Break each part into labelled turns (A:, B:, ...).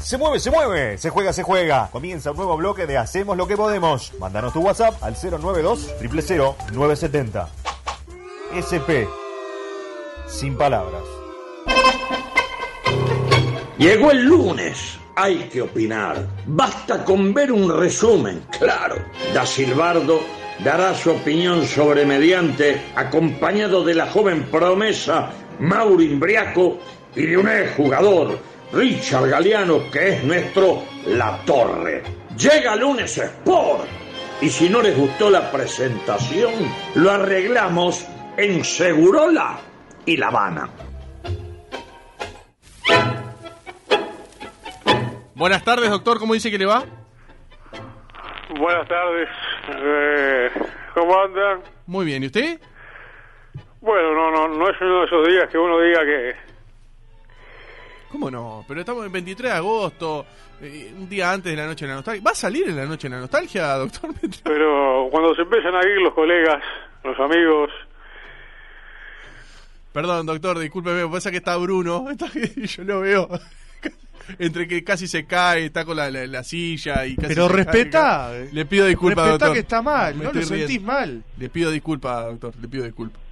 A: Se mueve, se mueve. Se juega, se juega. Comienza un nuevo bloque de Hacemos lo que podemos. Mándanos tu WhatsApp al 092 000 970. SP. Sin palabras.
B: Llegó el lunes. Hay que opinar. Basta con ver un resumen, claro. Da Silbardo dará su opinión sobre Mediante, acompañado de la joven promesa Mauro Imbriaco y de un exjugador, Richard Galeano, que es nuestro La Torre. Llega lunes Sport. Y si no les gustó la presentación, lo arreglamos en Segurola y La Habana.
C: Buenas tardes, doctor. ¿Cómo dice que le va?
D: Buenas tardes. Eh, ¿Cómo andan?
C: Muy bien. ¿Y usted?
D: Bueno, no, no, no es uno de esos días que uno diga que,
C: ¿Cómo no? Pero estamos en 23 de agosto, eh, un día antes de la noche de la nostalgia. ¿Va a salir en la noche de la nostalgia, doctor?
D: Pero cuando se empiezan a ir los colegas, los amigos,
C: Perdón, doctor, discúlpeme, lo que pasa es que está Bruno, está- y yo lo veo. Entre que casi se cae, está con la, la- la silla y casi
E: Pero
C: se cae.
E: respetá, eh.
C: Le pido disculpas,
E: Respetá
C: doctor.
E: que está mal,
C: Me
E: no lo
C: estoy
E: sentís
C: riendo.
E: mal.
C: Le pido disculpas, doctor, le pido disculpas.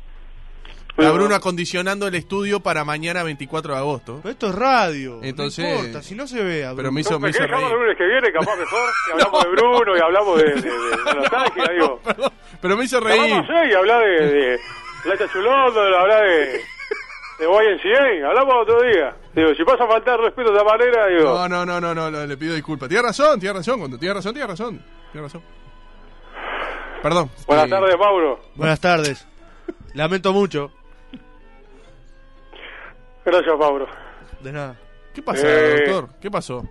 C: Está Bruno acondicionando el estudio para mañana 24 de agosto.
E: Pero esto es radio.
C: Entonces-
E: no importa, si no se vea.
C: Pero me hizo,
D: No,
C: me
D: me
C: hizo
D: querés llamar el
C: reír.
D: lunes que viene, capaz mejor. Y hablamos de Bruno y hablamos de, de, de- de nostalgia, digo.
C: Pero me hizo reír.
D: Llamamos ayer y habla de, de la chachulón, habla de, de YNCA, hablamos otro día. Digo, si pasa a faltar respeto de esa manera, digo,
C: No, no, no, no, no, no, le pido disculpas. Tiene razón, tiene razón, cuando tiene razón, tiene razón. Tiene razón. Perdón.
D: buenas
C: Eh,
D: tardes, Mauro.
E: Buenas tardes. Lamento mucho.
D: Gracias, Mauro.
E: De nada.
C: ¿Qué pasa,
D: Eh.
C: doctor? ¿Qué pasó?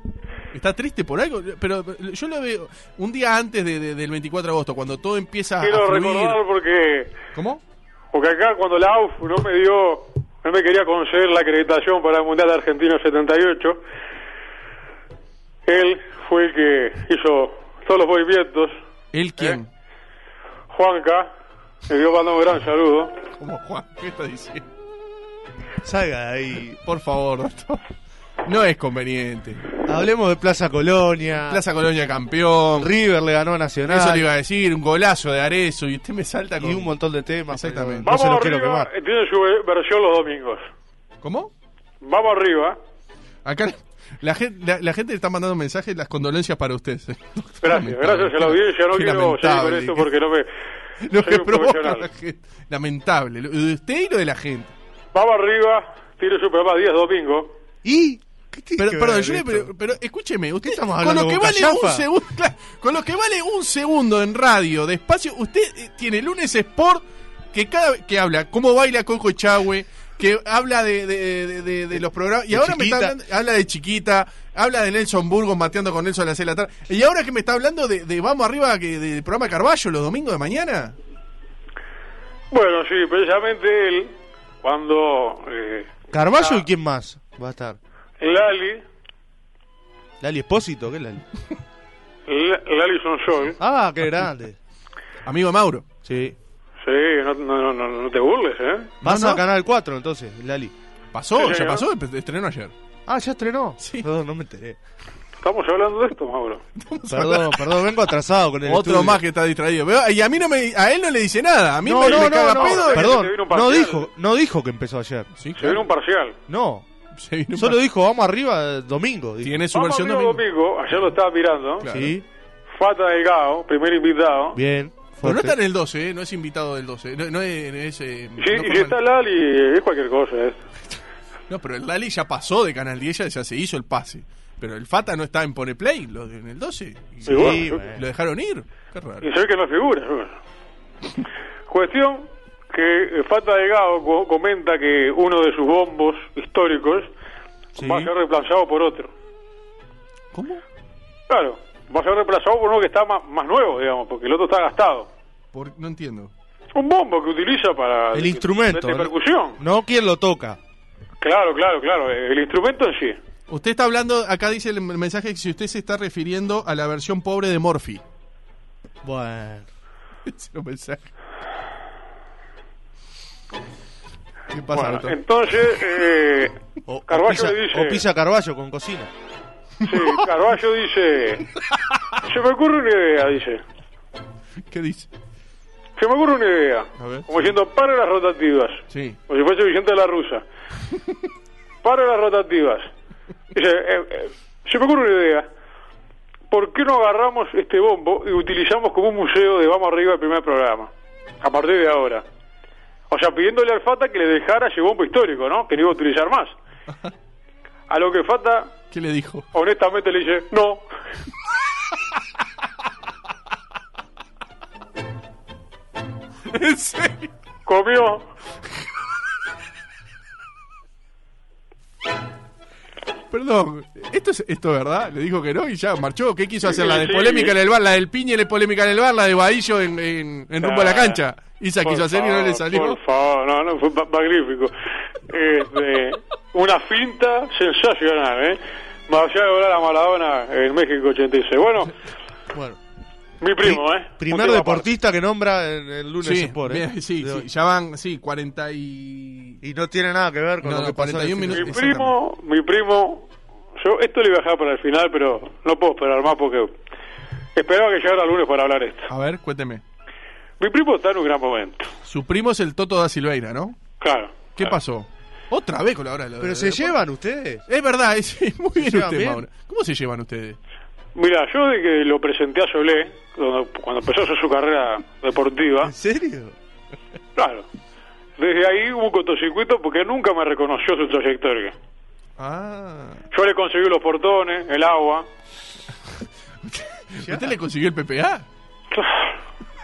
C: ¿Está triste por algo? Pero yo lo veo un día antes de- de- del 24 de agosto, cuando todo empieza
D: Quiero
C: a fluir.
D: recordar porque,
C: ¿Cómo?
D: porque acá cuando la AUF no me dio, no me quería conceder la acreditación para el Mundial Argentino 78, él fue el que hizo todos los movimientos
C: ¿El quién?
D: Eh. Juanca, le dio mandar un gran saludo.
C: ¿Cómo Juan? ¿Qué está diciendo?
E: Salga de ahí.
C: Por favor, doctor. No es conveniente.
E: Hablemos de Plaza Colonia.
C: Plaza Colonia campeón.
E: River le ganó a Nacional.
C: Eso le iba a decir, un golazo de Arezo y usted me salta con
E: y un montón de temas.
C: Exactamente.
E: pero No se lo
D: Vamos
E: quiero
D: arriba, eh,
E: quemar.
D: tiene su ve- versión los domingos.
C: ¿Cómo?
D: Vamos arriba,
C: Acá la gente, la, la gente le está mandando mensajes, las condolencias para usted.
D: gracias, gracias a la audiencia,
C: Qué
D: no quiero seguir con
C: lamentable,
D: esto
C: qué-
D: porque no me...
C: Lo
D: soy
C: que
D: un
C: provoca
D: profesional.
C: la gente. Lamentable. Lo de usted y lo de la gente.
D: Vamos arriba, tiene su programa 10 domingo.
E: ¿Y? ¿Qué tiene
C: Pero,
E: que
C: perdón,
E: ver
C: yo le-
E: esto?
C: pero, pero escúcheme, usted
E: estamos
C: con
E: hablando,
C: lo que
E: Boca
C: vale un
E: Jaffa?
C: segundo, claro, con lo que vale un segundo en radio, de espacio, usted eh, tiene lunes Sport que cada vez que habla, cómo baila Coco Echagüe, que habla de, de- de- de- de los programas, y
E: De
C: ahora me está
E: Chiquita.
C: hablando, habla de chiquita, habla de Nelson Burgos mateando con Nelson a las seis de la tarde, y ahora que me está hablando de, de Vamos Arriba, que del programa Carballo los domingos de mañana,
D: Bueno, sí, precisamente él, cuando eh,
E: ¿Carballo y quién más va a estar?
D: Lali,
E: Lali Espósito, ¿qué es Lali?
D: L- Lali Sonsol,
E: Ah, qué grande.
C: amigo Mauro.
E: Sí.
D: sí, no, no, no, no, no te burles, ¿eh?
E: Vas
C: No, no.
E: a Canal 4 entonces, Lali.
C: Pasó,
D: Sí,
C: ya
D: señor.
C: pasó, empe- estrenó ayer.
E: Ah, ya estrenó.
C: Sí.
E: Perdón, no me enteré.
D: Estamos hablando de esto, Mauro.
E: Perdón, perdón, vengo atrasado con el
C: Otro
E: estudio.
C: más que está distraído. Pero- Y a mí no me, a él no le dice nada. A mí
E: No,
C: me,
E: no,
C: me
E: no,
C: caga
E: no,
C: pedo.
E: perdón.
D: Se vino un
E: No
D: parcial.
E: dijo, no dijo que empezó ayer.
C: Sí,
D: Se viene un parcial.
E: No.
C: Se vino un
E: Solo
C: par-
E: dijo, vamos arriba eh, domingo. dijo.
C: Tiene su
D: Vamos
C: versión
D: arriba
C: domingo.
D: domingo, ayer lo estaba mirando.
C: Claro.
E: Sí,
D: Fata Delgado, primer invitado.
E: bien.
C: Pero no
E: fuerte.
C: está en el 12, ¿eh? no es invitado del 12. No, no es. no es, eh,
D: Y si,
C: no
D: y si
C: forma-
D: está Lali, es cualquier cosa. ¿eh?
C: No, pero el Lali ya pasó de Canal 10, ya, ya se hizo el pase. Pero el Fata no está en Pone Play, lo, en el 12. Y-
D: Y bueno, yo-
C: Lo dejaron ir. Qué raro.
D: Y se ve que no figura. bueno. Cuestión que eh, Fata Delgado co- comenta que uno de sus bombos históricos
E: Sí.
D: va a ser reemplazado por otro.
C: ¿Cómo?
D: Claro, va a ser reemplazado por uno que está más, más nuevo, digamos, porque el otro está gastado.
C: Por- no entiendo.
D: Un bombo que utiliza para...
E: El instrumento,
D: De,
E: ¿no?
D: percusión.
E: No, ¿quién lo toca?
D: Claro, claro, claro. eh, El instrumento en sí.
C: Usted está hablando, acá dice el mensaje que si usted se está refiriendo a la versión pobre de Morphy.
E: Bueno.
C: Ese era un mensaje. ¿Qué pasa,
D: Bueno,
C: doctor?
D: entonces, eh,
E: O, o
D: Carballo
E: pisa,
D: le dice...
E: o pisa Carballo con cocina.
D: Sí, eh, Carballo dice. Se me ocurre una idea, dice.
C: ¿Qué dice?
D: Se me ocurre una idea.
C: A ver.
D: Como diciendo, para las rotativas.
C: Sí.
D: Como si fuese Vicente de la Rusa. Para las rotativas. Dice, eh, eh, se me ocurre una idea. ¿Por qué no agarramos este bombo y utilizamos como un museo de Vamos Arriba el primer programa? A partir de ahora. O sea, pidiéndole al Fata que le dejara ese bombo histórico, ¿no? Que no iba a utilizar más. A lo que Fata,
C: ¿Qué le dijo?
D: honestamente, le dice, no.
C: ¿En serio?
D: Comió.
C: Perdón, ¿esto es esto es verdad? Le dijo que no y ya marchó. ¿Qué quiso hacer? La de polémica en el bar, la del piñe le polémica en el bar, la de Bahillo en, en, en rumbo a la cancha. Isa
D: Por
C: quiso hacer y no
D: favor,
C: le salió.
D: Por favor, no, no, fue ma- magnífico. Este, una finta sensacional, ¿eh? Más allá de volar a Maradona en México 86. Bueno,
E: Bueno.
D: mi primo, ¿eh? Un
E: Primer
D: tema
E: deportista que nombra en el lunes
C: Sí,
E: Sport, ¿eh?
C: bien, sí,
E: De
C: sí,
E: hoy.
C: ya van, sí, 40 y...
E: Y no tiene nada que ver con
C: No,
E: lo
C: no,
E: que pasó. en el
C: 41
E: final.
D: aparte. Mi
C: minutos.
D: primo, mi primo. Yo esto lo iba a dejar para el final, pero no puedo esperar más porque esperaba que llegara el lunes para hablar esto.
C: A ver, cuénteme.
D: Mi primo está en un gran momento.
C: Su primo es el Toto da Silveira, ¿no?
D: Claro.
C: ¿Qué pasó? Otra vez con la hora de la-
E: Pero
C: de-
E: se
C: de-
E: llevan ustedes.
C: Es verdad, es, muy bien
E: llevan
C: usted,
E: bien?
C: Mauro. ¿Cómo se llevan ustedes?
D: Mira, yo de que lo presenté a Solé, cuando, cuando empezó a hacer su carrera deportiva,
E: ¿En serio?
D: Claro. Desde ahí hubo un cortocircuito porque nunca me reconoció su trayectoria.
C: Ah.
D: Yo le conseguí los portones, el agua.
C: ¿Usted le consiguió el PPA?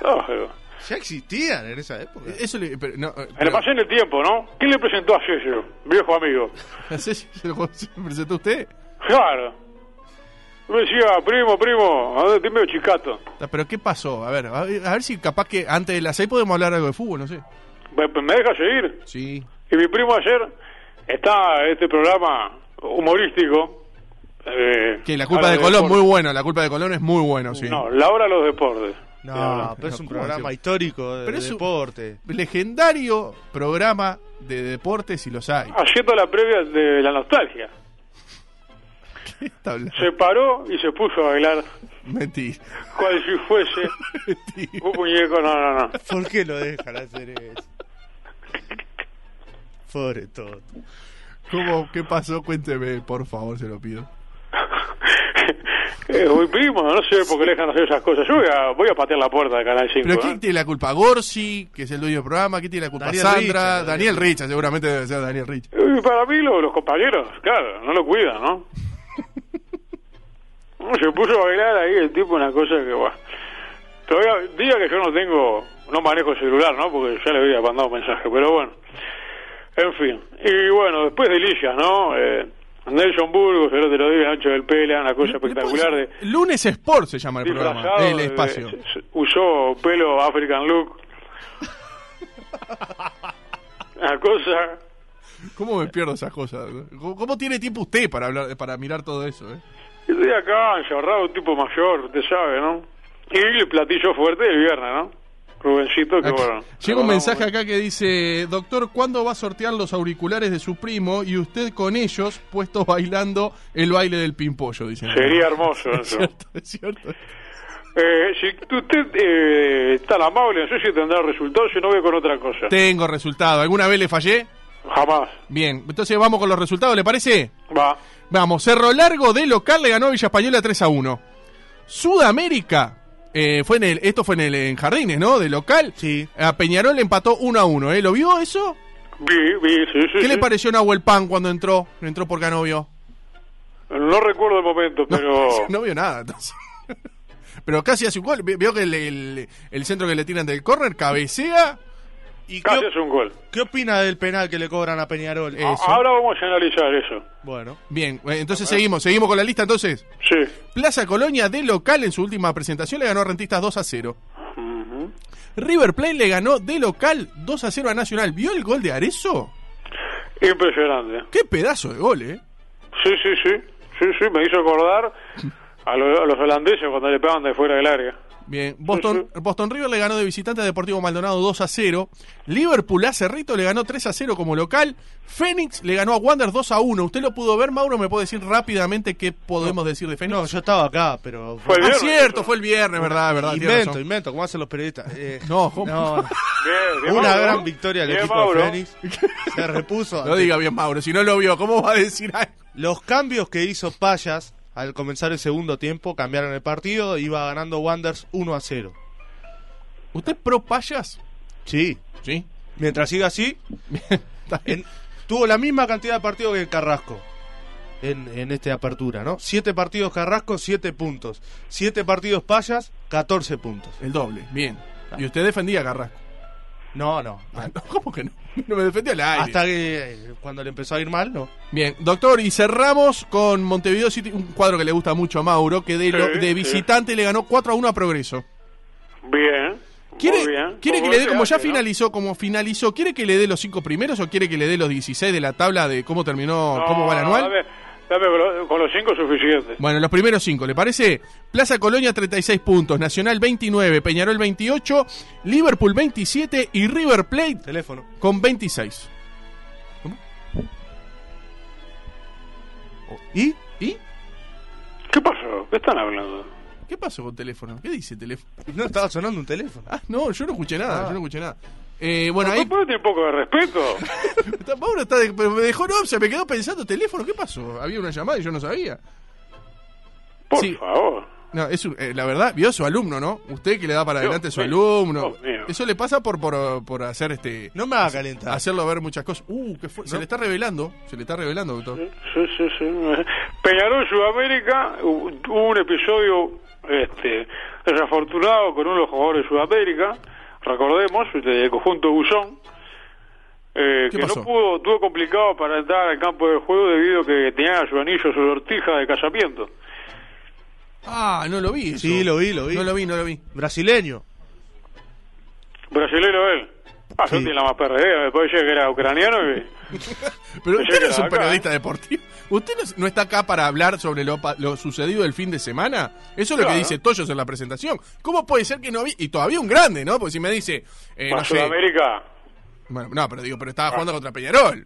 D: Claro.
E: Ya existían en esa época.
C: Eso le. Pero, no, eh,
D: Le
C: pero-
D: pasé en el tiempo, ¿no? ¿Quién le presentó a Yesio? Viejo amigo.
C: ¿Se se lo se lo presentó usted?
D: Claro. Me decía, primo, primo, a ver, estoy medio chicato.
C: Ah, ¿Pero qué pasó? A ver, a ver, a ver si capaz que antes de las 6 podemos hablar algo de fútbol, no sé.
D: ¿Me, me deja seguir?
C: Sí.
D: Y mi primo ayer está en este programa humorístico. eh,
C: Que la culpa de
D: habla
C: Colón, muy
D: deporte.
C: bueno. La culpa de Colón es muy bueno, sí.
D: No, la hora de los deportes.
E: No, pero es un
C: ¿cómo
E: programa
C: decir?
E: histórico de,
C: Pero es un-
E: deporte.
C: Legendario programa de deportes y los hay.
D: Haciendo la previa de la nostalgia.
C: ¿Qué está hablando?
D: se paró y se puso a bailar
C: Mentira.
D: cual si fuese
C: Mentira.
D: un muñeco. No, no, no.
E: ¿Por qué lo dejan hacer eso? Pobre todo.
C: ¿Cómo, ¿Qué pasó? Cuénteme, por favor, se lo pido.
D: Eh, muy primo, no sé por qué le dejan hacer esas cosas. Yo voy a, voy a patear la puerta de Canal 5.
C: ¿Pero
D: ¿eh?
C: quién tiene la culpa? ¿Gorsi, que es el dueño del programa? ¿Quién tiene la culpa?
E: Daniel
C: ¿Sandra?
E: Richa,
C: Daniel Richa, seguramente debe ser Daniel Richa.
D: Y para mí lo- los compañeros, claro, no lo cuidan, ¿no? No, Se puso a bailar ahí el tipo una cosa que, bueno, todavía, diga que yo no tengo, no manejo celular, ¿no? Porque ya le había mandado un mensaje, pero bueno, en fin. Y bueno, después de Lillas, ¿no? Eh, Nelson Burgos, el otro día, Nacho del Pela, una cosa espectacular de
C: Lunes Sport se llama el
D: disfrazado,
C: programa, el
D: de-
C: espacio.
D: se- se- usó pelo African look. Una cosa
C: ¿Cómo me pierdo esas cosas? ¿Cómo, cómo tiene tiempo usted para hablar, para mirar todo eso? eh?
D: Estoy acá encerrado, un tipo mayor, usted sabe, ¿no? Y el platillo fuerte del viernes, ¿no? Rubencito, que
C: Acá-
D: bueno.
C: Ah, Llega un
D: bueno,
C: mensaje
D: bueno.
C: acá que dice, doctor, ¿cuándo va a sortear los auriculares de su primo y usted con ellos puestos bailando el baile del pimpollo? Dice.
D: Sería hermoso
C: Es
D: eso.
C: cierto, es cierto.
D: Eh, si usted eh, es tan amable, no sé si tendrá resultados, si no veo con otra cosa.
C: Tengo resultado. ¿Alguna vez le fallé?
D: Jamás.
C: Bien, entonces vamos con los resultados, ¿le parece?
D: Va.
C: Vamos, Cerro Largo de local le ganó a Villa Española 3 a 1. Sudamérica, eh, fue en el, esto fue en el en Jardines, ¿no? De local.
E: Sí.
C: A Peñarol le empató 1 a 1, ¿eh? ¿Lo vio eso?
D: Vi, vi, sí, sí.
C: ¿Qué le
D: sí.
C: pareció a Nahuel Pan cuando entró? Entró por Canovio.
D: No recuerdo el momento, pero.
C: No vio nada, entonces. Pero casi hace un gol. Vi- Vio que el, el- el centro que le tiran del córner cabecea.
E: ¿Y
D: Casi
E: qué,
D: es un gol.
E: qué opina del penal que le cobran a Peñarol? Ah,
C: Eh, Eso.
D: Ahora vamos a analizar eso.
E: bueno.
C: Bien, eh, entonces seguimos, seguimos con la lista entonces.
D: Sí.
C: Plaza Colonia de local en su última presentación le ganó a Rentistas 2 a 0. River Plate le ganó de local 2 a 0 a Nacional. ¿Vio el gol de Arezo?
D: Impresionante.
C: ¡Qué pedazo de gol, eh!
D: Sí, sí, sí. Sí, sí, me hizo acordar a, lo- a los holandeses cuando le pegaban de fuera del área.
C: Bien, Boston, Boston River le ganó de visitante a Deportivo Maldonado 2 a 0. Liverpool a Cerrito le ganó 3 a 0 como local. Fénix le ganó a Wander 2 a 1. ¿Usted lo pudo ver, Mauro? ¿Me puede decir rápidamente qué podemos decir de Fénix?
E: No, yo estaba acá, pero.
D: Fue el
C: Ah,
D: viernes,
C: cierto,
D: eso.
C: fue el viernes, ¿verdad? ¿verdad? tiene
E: invento,
C: razón.
E: invento, como hacen los periodistas. Eh,
C: No, ¿cómo?
E: no, no.
D: Bien, bien,
E: Una
D: Mauro.
E: gran victoria del
D: Bien,
E: equipo
D: Mauro.
E: de Fénix. Se repuso.
C: No diga bien, Mauro. Si no lo vio, ¿cómo va a decir algo?
E: Los cambios que hizo Payas al comenzar el segundo tiempo cambiaron el partido. Iba ganando Wanders 1 a 0.
C: ¿Usted es pro payas?
E: Sí.
C: Sí.
E: Mientras siga así,
C: Está bien.
E: en- tuvo la misma cantidad de partidos que el Carrasco en, en esta apertura, ¿no? Siete partidos Carrasco, siete puntos. Siete partidos Payas, 14 puntos.
C: El doble, bien. Y usted defendía a Carrasco.
E: No, no.
C: No, ¿Cómo que no? No me defendía al aire.
E: Hasta que eh, cuando le empezó a ir mal, no.
C: Bien, doctor, y cerramos con Montevideo City, un cuadro que le gusta mucho a Mauro, que de, lo-
D: Sí,
C: de
D: sí.
C: visitante le ganó 4 a 1 a Progreso.
D: Bien.
C: ¿Quiere,
D: muy bien.
C: quiere que le dé,
D: se
C: como ya
D: hace, ¿no?
C: finalizó, como finalizó, ¿quiere que le dé los 5 primeros o quiere que le dé los 16 de la tabla de cómo terminó,
D: No,
C: cómo va el
D: no,
C: anual?
D: dame- dame con lo- con los cinco suficientes.
C: Bueno, los primeros cinco, ¿le parece? Plaza Colonia 36 puntos, Nacional 29, Peñarol 28, Liverpool 27 y River Plate
E: Teléfono.
C: con 26.
E: ¿Y?
C: ¿Y?
D: ¿Qué pasó? ¿Qué están hablando?
C: ¿Qué pasó con teléfono? ¿Qué dice teléfono?
E: No estaba sonando un teléfono.
C: Ah, no, yo no escuché nada,
E: Ah.
C: yo no escuché nada. Eh, bueno, ahí.
D: ¿Puede tener un poco de respeto?
C: está- Mauro está de- pero me dejó no, se me quedó pensando teléfono, ¿qué pasó? Había una llamada y yo no sabía.
D: Por
C: Sí.
D: favor.
C: No, es un- eh, la verdad, vio su alumno, ¿no? Usted que le da para
D: Dios
C: adelante a su
D: mío,
C: alumno.
D: Oh, Dios mío.
C: Eso le pasa por, por, por hacer este.
E: No me haga calentar.
C: Hacerlo ver muchas cosas. Uh, qué fue. Se le está revelando, se le está revelando, doctor.
D: Sí, sí, sí. Peñarol Sudamérica, hu- hubo un episodio este, desafortunado con uno de los jugadores de Sudamérica, recordemos, este, del conjunto Guzón, eh,
C: ¿Qué
D: que
C: pasó?
D: no pudo, tuvo complicado para entrar al campo de juego debido a que tenía su anillo, su sortija de casamiento.
C: Ah, no lo vi. eso.
E: Sí, lo vi, lo vi.
C: No lo vi, no lo vi.
E: Brasileño.
D: Brasilero él. Ah, yo
E: Sí.
D: tenía la más PRD, me parecía que era ucraniano y...
C: Pero
D: Pensé
C: usted
D: que
C: no es
D: era
C: un
D: acá, ¿eh?
C: periodista deportivo. ¿Usted no, es- no está acá para hablar sobre lo, pa- lo sucedido del fin de semana? Eso es lo que
D: Claro.
C: dice Toyos en la presentación. ¿Cómo puede ser que no vi? Y todavía un grande, ¿no? Porque si me dice. eh,
D: Para
C: no sé.
D: Sudamérica.
C: Bueno, no, pero digo, pero estaba jugando contra Peñarol.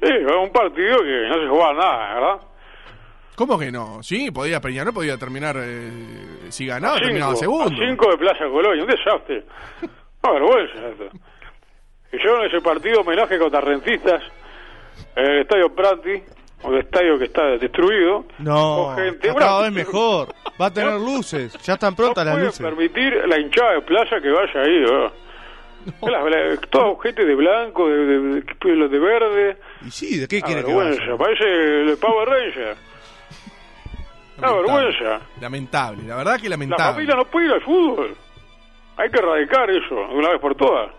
D: Sí, era un partido que no se jugaba nada, ¿verdad?
C: ¿Cómo que no? Sí, podía Peñarol, podía terminar. eh, si ganaba, terminaba
D: Cinco,
C: segundo.
D: a cinco de Plaza Colonia, un desastre. Una vergüenza esto. Y yo en ese partido homenaje contra rentistas, en el Estadio Prati, un estadio que está destruido.
E: No,
D: con Oh, gente-
E: cada
D: una-
E: vez mejor. Va a tener luces. Ya están prontas
D: no
E: las
D: pueden
E: luces.
D: permitir la hinchada de Plaza que vaya ahí, ¿verdad? Las- la- toda gente de blanco, de, de, de- los de verde.
E: Y sí, ¿de qué
D: Una
E: quiere que
D: vergüenza,
E: vaya?
D: parece el Power Ranger. Una vergüenza.
C: Lamentable, la verdad que
D: La
C: lamentable.
D: familia no puede ir al fútbol. Hay que erradicar eso, de una vez por todas.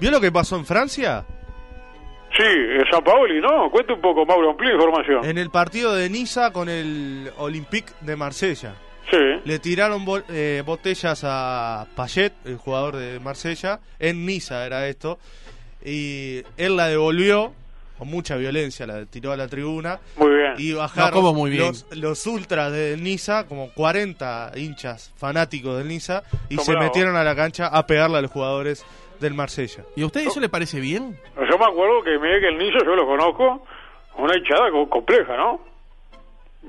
E: ¿Vio lo que pasó en Francia?
D: Sí, eh, San Paoli, ¿no? Cuente un poco, Mauro, amplía información.
C: Eh.
E: En el partido de Niza con el Olympique de Marsella.
D: Sí.
E: Le tiraron bol- eh, botellas a Payet, el jugador de Marsella, en Niza era esto. Y él la devolvió con mucha violencia, la tiró a la tribuna.
D: Muy bien.
E: Y bajaron
C: No, como muy bien.
E: Los, los ultras de Niza, como 40 hinchas fanáticos del Niza, y
D: Son
E: se
D: bravos.
E: metieron a la cancha a pegarle a los jugadores del Marsella.
C: ¿Y a usted eso le parece bien?
D: Yo me acuerdo que Miguel Niso, yo lo conozco, una hinchada co- compleja, ¿no?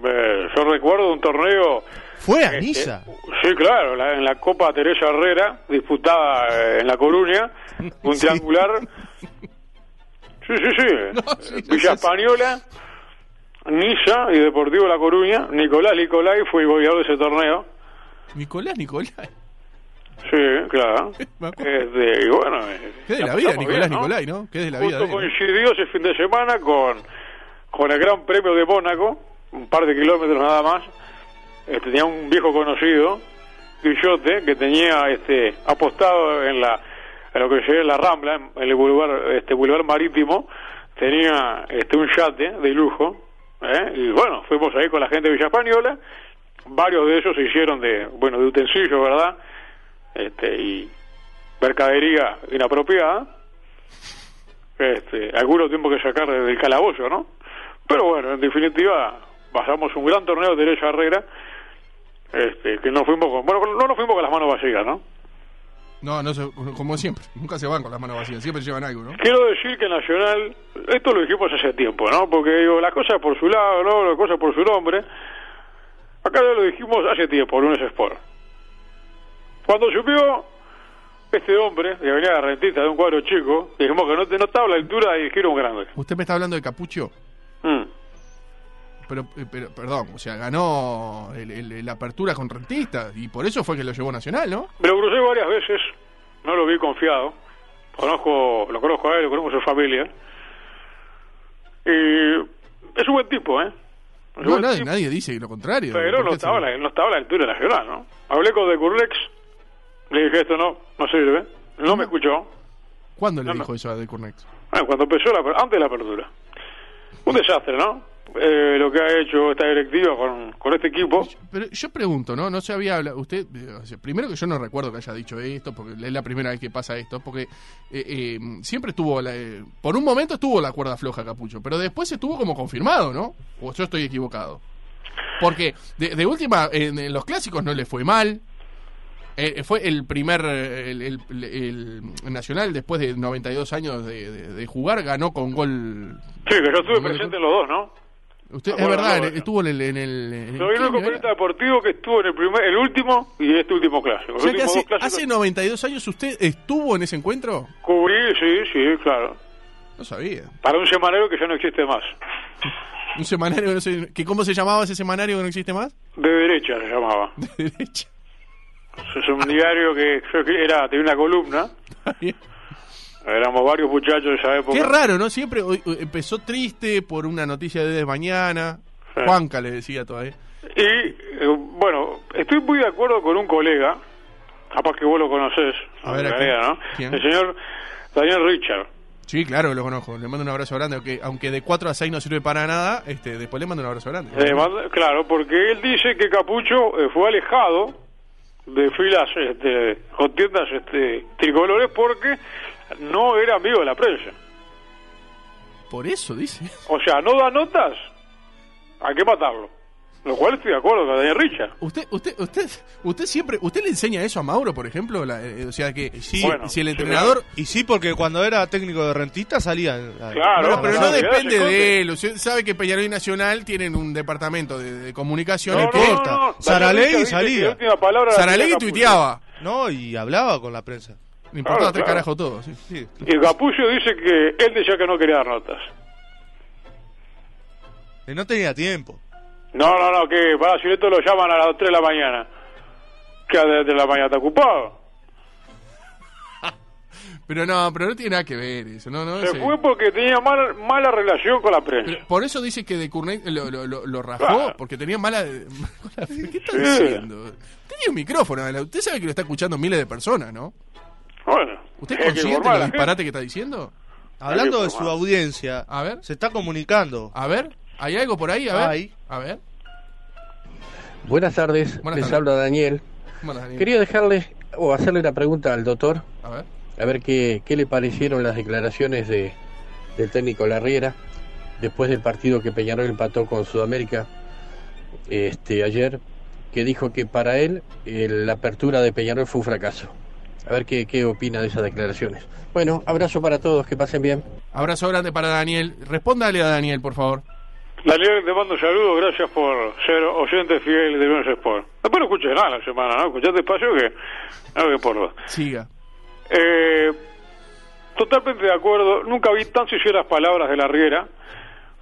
D: Eh, yo recuerdo un torneo...
E: Fue a
D: eh,
E: Niza.
D: eh, sí, claro, la- en la Copa Teresa Herrera, disputada eh, en La Coruña, un triangular. Sí, sí, sí.
C: No, sí,
D: Eh,
C: sí,
D: Villa
C: sí.
D: Española, Niza y Deportivo La Coruña. Nicolás Nicolai fue goleador de ese torneo.
C: Nicolás, Nicolás.
D: Sí, claro.
C: Me acuerdo.
D: Este, y bueno, eh,
C: ¿Qué de la
D: pasamos
C: vida,
D: bien,
C: Nicolás, Nicolás, no? ¿Qué de la vida? eh.
D: Justo
C: de él, no?
D: coincidió ese fin de semana con, con el Gran Premio de Mónaco, un par de kilómetros nada más. Eh, tenía un viejo conocido, Guillote, que tenía este apostado en la en lo que se ve en la Rambla, en el boulevard, este, boulevard marítimo, tenía este un yate de lujo. ¿eh? Y bueno, fuimos ahí con la gente de Villa Española. Varios de ellos se hicieron de, bueno, de utensilio, ¿verdad? Este, y mercadería inapropiada este, algunos tuvimos que sacar del calabozo, ¿no? Pero bueno, en definitiva, pasamos un gran torneo de derecha Herrera Este, que nos fuimos con. Bueno, no nos fuimos con las manos vacías, ¿no?
C: No, no se- como siempre, nunca se van con las manos vacías, siempre llevan algo, ¿no?
D: Quiero decir que Nacional, esto lo dijimos hace tiempo, ¿no? Porque digo, las cosas por su lado, ¿no? las cosas por su nombre. Acá ya lo dijimos hace tiempo, Lunes Sport. Cuando subió este hombre, que venía de rentista de un cuadro chico, dijimos que no, te- no estaba a la altura de dirigir a un grande.
C: Usted me está hablando de Capucho,
D: Mm.
C: pero, eh, pero perdón, o sea, ganó el- el- la apertura con Rentista y por eso fue que lo llevó Nacional, ¿no?
D: Me lo crucé varias veces, no lo vi confiado. Conozco, lo conozco a él, lo conozco a su familia. Y es un buen tipo, ¿eh? Es un
C: No,
D: buen
C: nadie,
D: tipo.
C: nadie dice lo contrario.
D: Pero
C: ¿Por
D: no
C: qué
D: estaba, a
C: se-
D: la, no estaba a la altura nacional, ¿no? Hablé con De Curlex, le dije esto no, no sirve, no me
C: Mm.
D: escuchó.
C: ¿Cuándo le
D: no.
C: dijo eso a De Cornex?
D: Ah, cuando empezó la, antes de la apertura. Un desastre, ¿no? Eh, lo que ha hecho esta directiva con, con este equipo.
C: Pero yo pregunto, ¿no? No se había hablado. Usted, eh, o sea, primero que yo no recuerdo que haya dicho esto, porque es la primera vez que pasa esto, porque eh, eh, siempre estuvo. la- eh, por un momento estuvo la cuerda floja Capucho, pero después estuvo como confirmado, ¿no? O yo estoy equivocado. Porque de, de última, en, en los clásicos no le fue mal. Eh, fue el primer. eh, El, el- el Nacional, después de 92 años de, de- de jugar, ganó con gol.
D: Sí, que yo estuve presente en los dos, ¿no?
C: Usted,
D: Ah, Bueno,
C: es verdad,
D: bueno.
C: estuvo en el. En el, en el-
D: Soy el único periodista deportivo que estuvo en el primer, el último y este último clásico.
C: O
D: Los
C: sea que
D: últimos
C: hace,
D: dos clásicos
C: hace 92 años usted estuvo en ese encuentro.
D: Cubrí, sí, sí, claro.
C: No sabía.
D: Para un semanario que ya no existe más.
C: Un semanario que no sé. Que ¿Cómo se llamaba ese semanario que no existe más?
D: De derecha se llamaba.
C: De derecha.
D: Es un diario que yo que era, tenía una columna.
C: Qué
D: Éramos varios muchachos de esa época.
C: raro, ¿no? Siempre hoy- hoy empezó triste por una noticia de desde mañana.
D: Sí.
C: Juanca le decía todavía.
D: Y eh, bueno, estoy muy de acuerdo con un colega, capaz que vos lo conocés,
C: A ver,
D: en
C: ¿a
D: realidad,
C: quién?
D: ¿no?
C: ¿Quién?
D: el señor Daniel Richard.
C: Sí, claro, que lo conozco. Le mando un abrazo grande. Aunque, aunque de 4 a 6 no sirve para nada, este, después le mando un abrazo grande.
D: Eh, manda- claro, porque él dice que Capucho eh, fue alejado de filas, este, contiendas este, tricolores porque no era amigo de la prensa.
C: Por eso dice.
D: O sea, no da notas, hay que matarlo. Lo cual estoy de acuerdo con Daniel Richard.
C: Usted, usted, usted, usted siempre, usted le enseña eso a Mauro, por ejemplo, La- eh, o sea que si,
D: Bueno,
C: si el
D: sí,
C: entrenador
E: Y sí, porque cuando era técnico de rentista salía. eh,
D: Claro,
C: No, pero no
D: Claro,
C: depende
D: gracias,
C: de él. Usted sabe que Peñarol y Nacional tienen un departamento de, de comunicación.
E: No,
C: que
E: no, importa. Saralegui
D: Daniel Richard dice
E: salía.
D: que la última palabra la
C: Saralegui
D: tenía Capucho.
C: tuiteaba.
E: No, y hablaba con la prensa.
C: Le importaba
D: Claro,
C: tres
D: claro.
C: carajos todo. sí.
E: Sí.
D: Y Capullo dice que él decía que no quería dar notas.
E: Y Eh, No tenía tiempo.
D: No, no, no, que para si esto lo llaman a las 3 de la mañana. Que a las 3 de la mañana está ocupado.
C: Pero no, pero no tiene nada que ver eso. No, no,
D: Se
C: ese-
D: fue porque tenía mal- mala relación con la prensa.
C: Pero por eso dice que de Cournet lo, lo, lo- lo rajó
D: Claro.
C: porque tenía mala. ¿Qué está
D: Sí.
C: diciendo? Tenía un micrófono. Adela. Usted sabe que lo está escuchando miles de personas, ¿no?
D: Bueno,
C: ¿Usted
D: hay
C: es
D: que
C: consciente
D: informar a
C: del
D: la
C: disparate que está diciendo?
E: Hablando de
D: Ahí,
E: su
D: pues,
E: audiencia,
C: A ver. Ah.
E: se está comunicando.
C: A ver, ¿hay algo por ahí? A ver.
E: Ahí.
C: A ver.
F: Buenas tardes,
C: Buenas
F: les
C: tardes.
F: habla Daniel.
C: Bueno, Daniel,
F: Quería dejarle o hacerle una pregunta al doctor,
C: A ver.
F: a ver qué, qué le parecieron las declaraciones de, del técnico Larriera después del partido que Peñarol empató con Sudamérica este, ayer, que dijo que para él eh, la apertura de Peñarol fue un fracaso. A ver qué, qué opina de esas declaraciones. Bueno, abrazo para todos, que pasen bien.
C: Abrazo grande para Daniel. Respóndale a Daniel, por favor.
D: Daniel, te mando un saludo, gracias por ser oyente fiel de Lunes Sport. Después no escuches nada la semana, ¿no? Escuchate espacio que... No, que por dos.
C: Siga.
D: Eh, totalmente de acuerdo. Nunca vi tan sinceras palabras de la Riera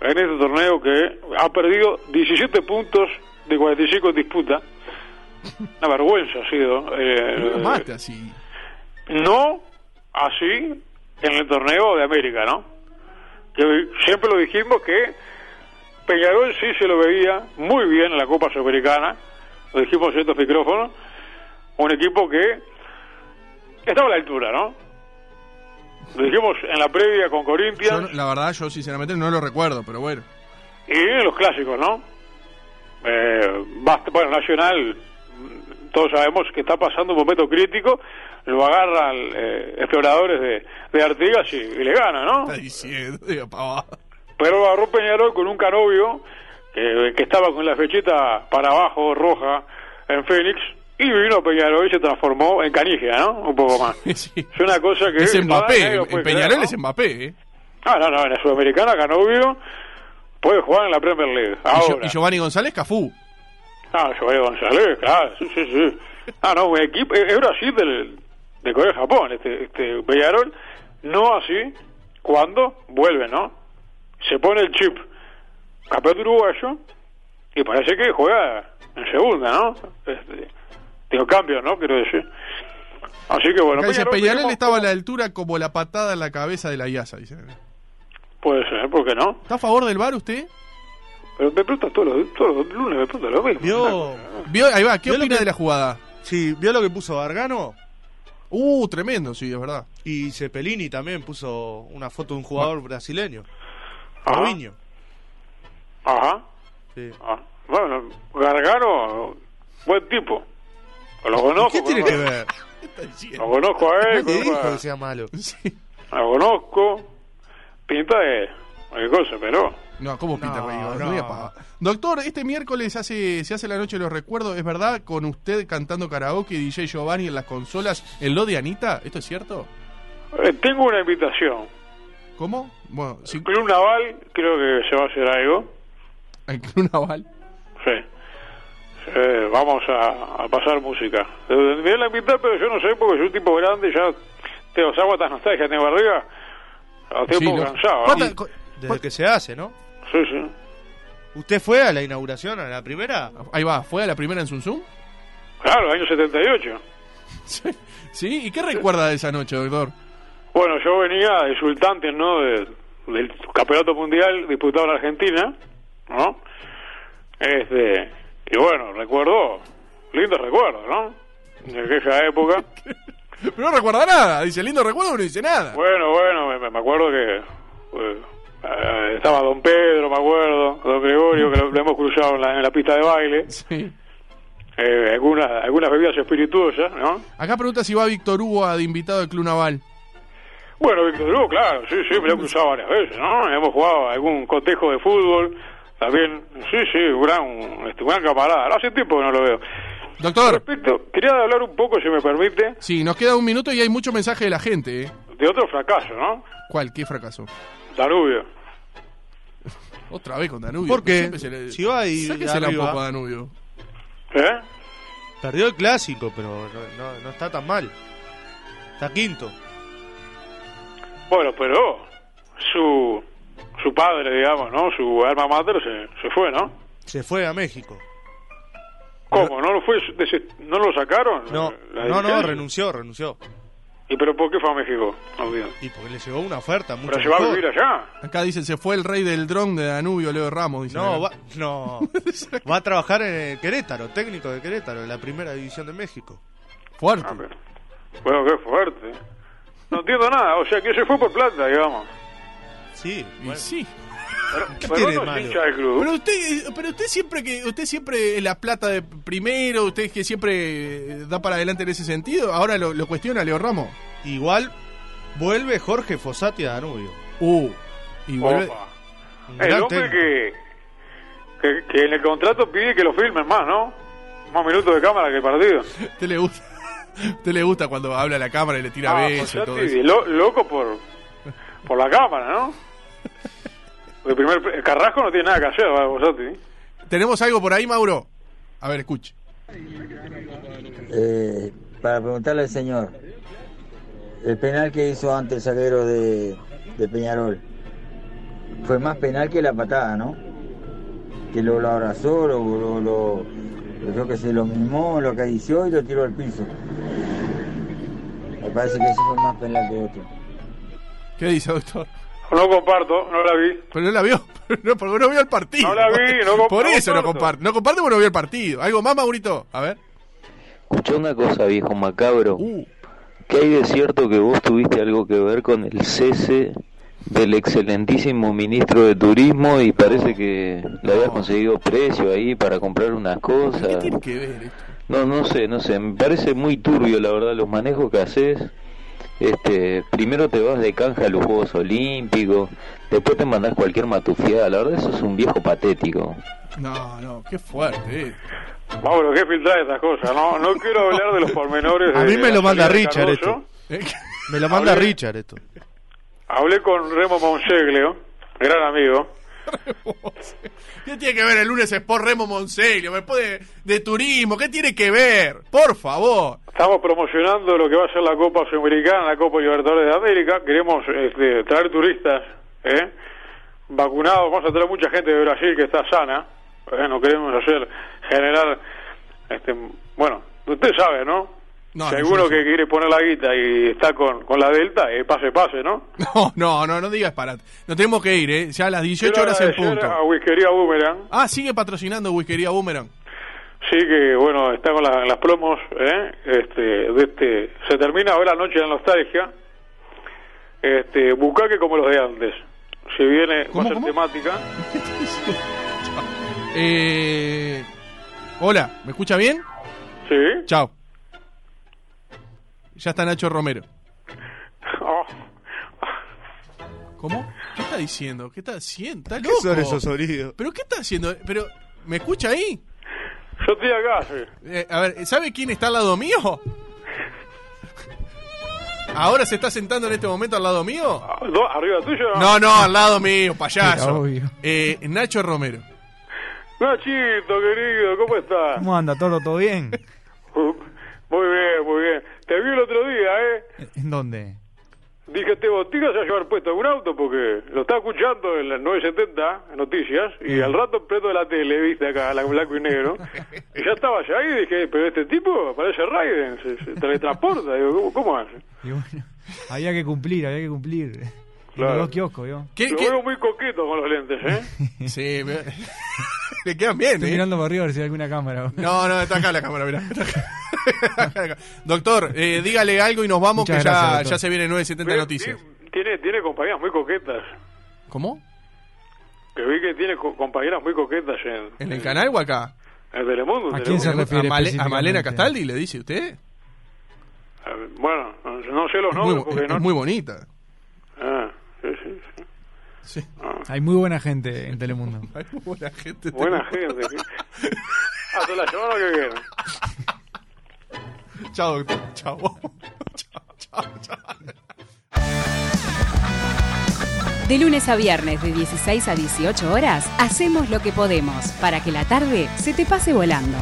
D: en este torneo que ha perdido 17 puntos de 45 en disputa. Una vergüenza ha sido. eh,
C: No lo mate así.
D: no así en el torneo de América, ¿no? Que siempre lo dijimos que Peñarol sí se lo veía muy bien en la Copa Sudamericana, lo dijimos en estos micrófonos, un equipo que estaba a la altura, ¿no? Lo dijimos en la previa con
C: Yo,
D: Corinthians
C: la verdad, yo sinceramente no lo recuerdo, pero bueno.
D: y en los clásicos, ¿no? Eh, basta- bueno, Nacional, mm, todos sabemos que está pasando un momento crítico, lo agarran eh, exploradores de, de Artigas y, y le gana, ¿no?
C: Está diciendo, diga, pavada.
D: Pero lo agarró Peñarol con un canovio que, que estaba con la flechita para abajo, roja, en Fénix y vino Peñarol y se transformó en Canigia, ¿no? Un poco más.
C: Sí.
D: Es una cosa que...
C: Es
D: Ah,
C: Mbappé.
D: nadie lo
C: En
D: puede
C: Peñarol
D: creer, ¿no?
C: es Mbappé. ¿eh?
D: Ah, no, no, en la Sudamericana ganó Vigo, puede jugar en la Premier League.
C: Y Gio-
D: Ahora.
C: Y Giovanni González Cafú.
D: Ah, Joel González, claro, sí, sí, sí. Ah, no, un equipo, es Brasil del, de Corea y Japón, este, este Peñarol, no así, cuando vuelve, ¿no? Se pone el chip, campeón uruguayo, y parece que juega en segunda, ¿no? Este, digo, cambio, ¿no? Quiero decir. Así que bueno,
C: Acá dice, Peñarol
D: veremos
C: estaba a
D: cómo-
C: la altura como la patada en la cabeza de la IASA, dice.
D: Puede ser, ¿por qué no?
C: ¿Está a favor del bar usted?
D: Pero me preguntas todos los, todos los lunes, me preguntas lo mismo.
E: ¿Vio?
C: Vio- Ahí va, ¿qué
E: Yo lo
C: opina
E: que-
C: de la jugada?
E: Sí, ¿vio lo que puso Gargano?
C: Uh, tremendo, sí, es verdad.
E: Y Cepelini también puso una foto de un jugador brasileño.
C: Ah.
D: Ajá.
E: Robinho.
D: Ajá.
E: Sí.
D: Ah, bueno, Gargano, buen tipo. Lo conozco.
E: ¿Qué tiene que
D: conozco-
E: ver?
D: Lo conozco a él,
E: Nadie dijo
D: conozco
E: que sea malo.
C: Sí.
D: a- lo conozco. Pinta de. ¿Qué cosa? Pero.
C: No, ¿cómo pinta,
E: No,
C: güey? No,
E: no.
C: voy a pagar. Doctor, este miércoles hace, se hace la noche de los recuerdos, ¿es verdad? Con usted cantando karaoke, DJ Giovanni en las consolas, en lo de Anita, ¿esto es cierto?
D: eh, tengo una invitación.
C: ¿Cómo? Bueno, sí,
D: Club Naval, creo que se va a hacer algo.
C: en Club Naval.
D: Sí. Eh, vamos a, a pasar música. Eh, Me voy a invitar, pero yo no sé, porque soy un tipo grande, ya tengo esa guatas nostalgia, tengo arriba. Los
C: Sí,
D: tiempos
C: ¿no?
D: cansados.
C: ¿Cuánta-
D: ¿no?
C: cu-
E: Desde que se hace, ¿no?
D: Sí, sí.
E: ¿Usted fue a la inauguración, a la primera?
C: Ahí va, ¿fue a la primera en Sun Zoom?
D: Claro, año 78.
C: Sí. ¿Sí? ¿Y qué recuerda de esa noche, doctor?
D: Bueno, yo venía de Sultantes, ¿no? De- del campeonato mundial disputado en Argentina, ¿no? Este, y bueno, recuerdo, lindos recuerdos, ¿no? De aquella época.
C: Pero no recuerda nada, dice lindo recuerdo, pero no dice nada.
D: Bueno, bueno, me, me acuerdo que eh, eh, estaba Don Pedro, me acuerdo, Don Gregorio, que lo, lo hemos cruzado en la, en la pista de baile,
C: Sí.
D: eh, algunas, algunas bebidas espirituosas, ¿no?
C: Acá pregunta si va Víctor Hugo a- de invitado de Club Naval.
D: Bueno, Víctor Hugo, claro, sí, sí, me lo he cruzado varias veces, ¿no? Hemos jugado algún cotejo de fútbol, también, sí, sí, un gran, este, un gran camarada. Hace tiempo que no lo veo.
C: Doctor,
D: Respecto, quería hablar un poco, si me permite,
C: sí, nos queda un minuto y hay mucho mensaje de la gente, ¿eh?
D: de otro fracaso, ¿no?
C: ¿Cuál? ¿Qué fracaso?
D: Danubio.
C: Otra vez con Danubio.
E: ¿Por qué?
C: Siempre se le-
E: Si va y
C: Sáquesela un
E: arriba.
C: poco a Danubio.
D: ¿Eh?
E: Perdió el clásico, pero no, no- no está tan mal. Está quinto.
D: Bueno, pero su, su padre, digamos, ¿no? Su alma mater se, se fue, ¿no?
E: Se fue a México.
D: ¿Cómo? ¿No lo, fue, dese- ¿No lo sacaron?
E: No,
D: ¿La
E: no, no,
D: dirigencia?
E: renunció, renunció.
D: ¿Y pero por qué fue a México? No, bien.
E: Y porque le llegó una oferta mucho
D: ¿Pero se va a
E: mejor.
D: vivir allá?
C: Acá dicen, se fue el rey del dron de Danubio, Leo Ramos. Dicen
E: No,
C: acá.
E: va, no. va a trabajar en Querétaro, técnico de Querétaro, en la primera división de México.
C: Fuerte.
D: Ah, pero- Bueno, qué fuerte. No entiendo nada, o sea que se fue por plata, digamos.
E: Sí,
C: Y
E: bueno.
C: sí.
D: Pero,
E: ¿Qué
D: pero
E: tiene
D: no
E: de malo?
D: es hincha del club.
C: Pero usted, pero usted siempre que usted siempre la plata de primero, usted que siempre eh, da para adelante en ese sentido, ahora lo, lo cuestiona Leo Ramos.
E: Igual vuelve Jorge Fossati a Danubio.
C: Uh, y vuelve-
D: Opa.
E: Un
D: El
E: gran
D: hombre
E: técnico.
D: que, que, que en el contrato pide que lo filmen más, ¿no? Más minutos de cámara que el partido.
C: usted le gusta. usted le gusta cuando habla a la cámara y le tira
D: Ah,
C: besos y
D: Fossati,
C: todo eso.
D: lo- loco por, por la cámara, ¿no? El primer el Carrasco no tiene nada que hacer, ¿verdad, Fossati?
C: ¿Tenemos algo por ahí, Mauro? A ver, escuche.
G: Eh, para preguntarle al señor, el penal que hizo ante el zaguero de, de Peñarol fue más penal que la patada, ¿no? Que lo, lo abrazó, lo, lo, lo- yo qué sé, lo mimó, lo acarició y lo tiró al piso. Me parece que eso fue más penal que otro.
C: ¿Qué dice, doctor?
D: No comparto, no la vi.
C: Pero no la vio, pero no, porque no vio el partido.
D: No la vi, no comp-
C: Por
D: no
C: eso no
D: comparto.
C: comparte. No comparte porque no vio el partido. ¿Algo más, Maurito? A ver.
H: Escuchá una cosa, viejo macabro.
C: Uh,
H: ¿Qué hay de cierto que vos tuviste algo que ver con el cese del excelentísimo ministro de Turismo y parece que le habías conseguido precio ahí para comprar unas
C: ¿Qué
H: cosas?
C: tiene que ver esto?
H: No, no sé, no sé. Me parece muy turbio, la verdad, los manejos que haces. Este, primero te vas de canja a los Juegos Olímpicos, después te mandás cualquier matufiada. La verdad, eso es un viejo patético.
C: No, no, qué fuerte. eh.
D: Mauro, qué filtrada estas cosas. No, no quiero hablar de los pormenores.
E: A
D: de
E: mí me
D: la
E: lo manda
D: salida de
E: Richard
D: Cardoso.
E: esto. Me lo manda
D: Hablé-
E: Richard esto.
D: Hablé con Remo Monseglio, gran amigo.
C: ¿Qué tiene que ver el lunes Sport Remo Monseglio? ¿Me puede de turismo? ¿Qué tiene que ver? Por favor.
D: Estamos promocionando lo que va a ser la Copa Sudamericana, la Copa Libertadores de América. Queremos este, traer turistas ¿eh? vacunados. Vamos a traer mucha gente de Brasil que está sana. ¿eh? No queremos hacer generar. Este, bueno, usted sabe, ¿no?
C: No,
D: si
C: no,
D: alguno
C: yo no sé.
D: que quiere poner la guita y está con, con la Delta, eh, pase, pase, ¿no?
C: No, no, no, no digas para. Nos tenemos que ir, ¿eh? Ya a las 18
D: Quiero
C: horas en
D: agradecer
C: punto.
D: A Whiskería Boomerang,
C: Ah, sigue patrocinando Whiskería Boomerang.
D: sí que, bueno, está con la- las promos, ¿eh? Este, de este, se termina ahora la noche de la nostalgia. Este, bucaque como los de antes. Si viene,
C: ¿Cómo,
D: va a ser
C: cómo?
D: temática.
C: Eh, hola, ¿me escucha bien?
D: Sí.
C: Chao. Ya está Nacho Romero.
D: Oh.
C: ¿Cómo? ¿Qué está diciendo? ¿Qué está haciendo? ¿Está
E: ¿Qué
C: loco?
E: son esos sonidos?
C: ¿Pero qué está haciendo? ¿Pero me escucha ahí?
D: Yo estoy acá, sí.
C: Eh, a ver, ¿sabe quién está al lado mío? ¿Ahora se está sentando en este momento al lado mío?
D: Ah, do- ¿Arriba tuyo?
C: No, no, al lado mío, payaso.
I: Obvio.
C: Eh, Nacho Romero.
D: Nachito, querido, ¿cómo estás?
I: ¿Cómo anda, Toro? ¿Todo bien?
D: Muy bien, muy bien. Te vi el otro día, ¿eh?
I: ¿En dónde?
D: Dije, te botigas a llevar puesto un auto porque lo estaba escuchando en las 970 en noticias y al rato prendo la tele, viste acá, la blanco y negro. Y ya estaba allá y dije, pero este tipo parece Raiden, se, se teletransporta. Digo, ¿cómo, cómo hace?
I: Y bueno, había que cumplir, había que cumplir.
D: Claro.
I: En los dos kioscos, yo.
C: ¿Qué,
D: Lo
C: qué?
D: veo muy coqueto con los lentes, ¿eh?
C: Sí, me- le quedan bien,
I: Estoy
C: ¿eh?
I: mirando para arriba a ver si hay alguna cámara.
C: No, no, está acá la cámara, mirá. Está acá. Doctor, eh, dígale algo y nos vamos,
I: Muchas
C: que ya,
I: gracias, doctor.
C: ya se viene 970 Noticias.
D: Tiene, tiene compañeras muy coquetas.
C: ¿Cómo?
D: Que vi que tiene co- compañeras muy coquetas en,
C: ¿En el canal o acá?
D: en Telemundo. en
I: ¿A quién se
D: Telemundo.
I: refiere
C: ¿A, Male- a
I: específicamente? este.
C: Malena Castaldi le dice usted?
D: Eh, Bueno, no- no sé los
C: Es muy,
D: nombres
C: bo-
D: porque
C: es
D: no...
C: muy bonita.
D: Ah, sí, sí, sí.
C: Sí.
I: Hay muy buena gente en Telemundo.
C: Hay muy buena gente.
D: Buena gente. Hasta la semana que viene.
C: Chao, doctor. Chao. Chao, chao, chao.
J: De lunes a viernes de 16 a 18 horas, hacemos lo que podemos para que la tarde se te pase volando.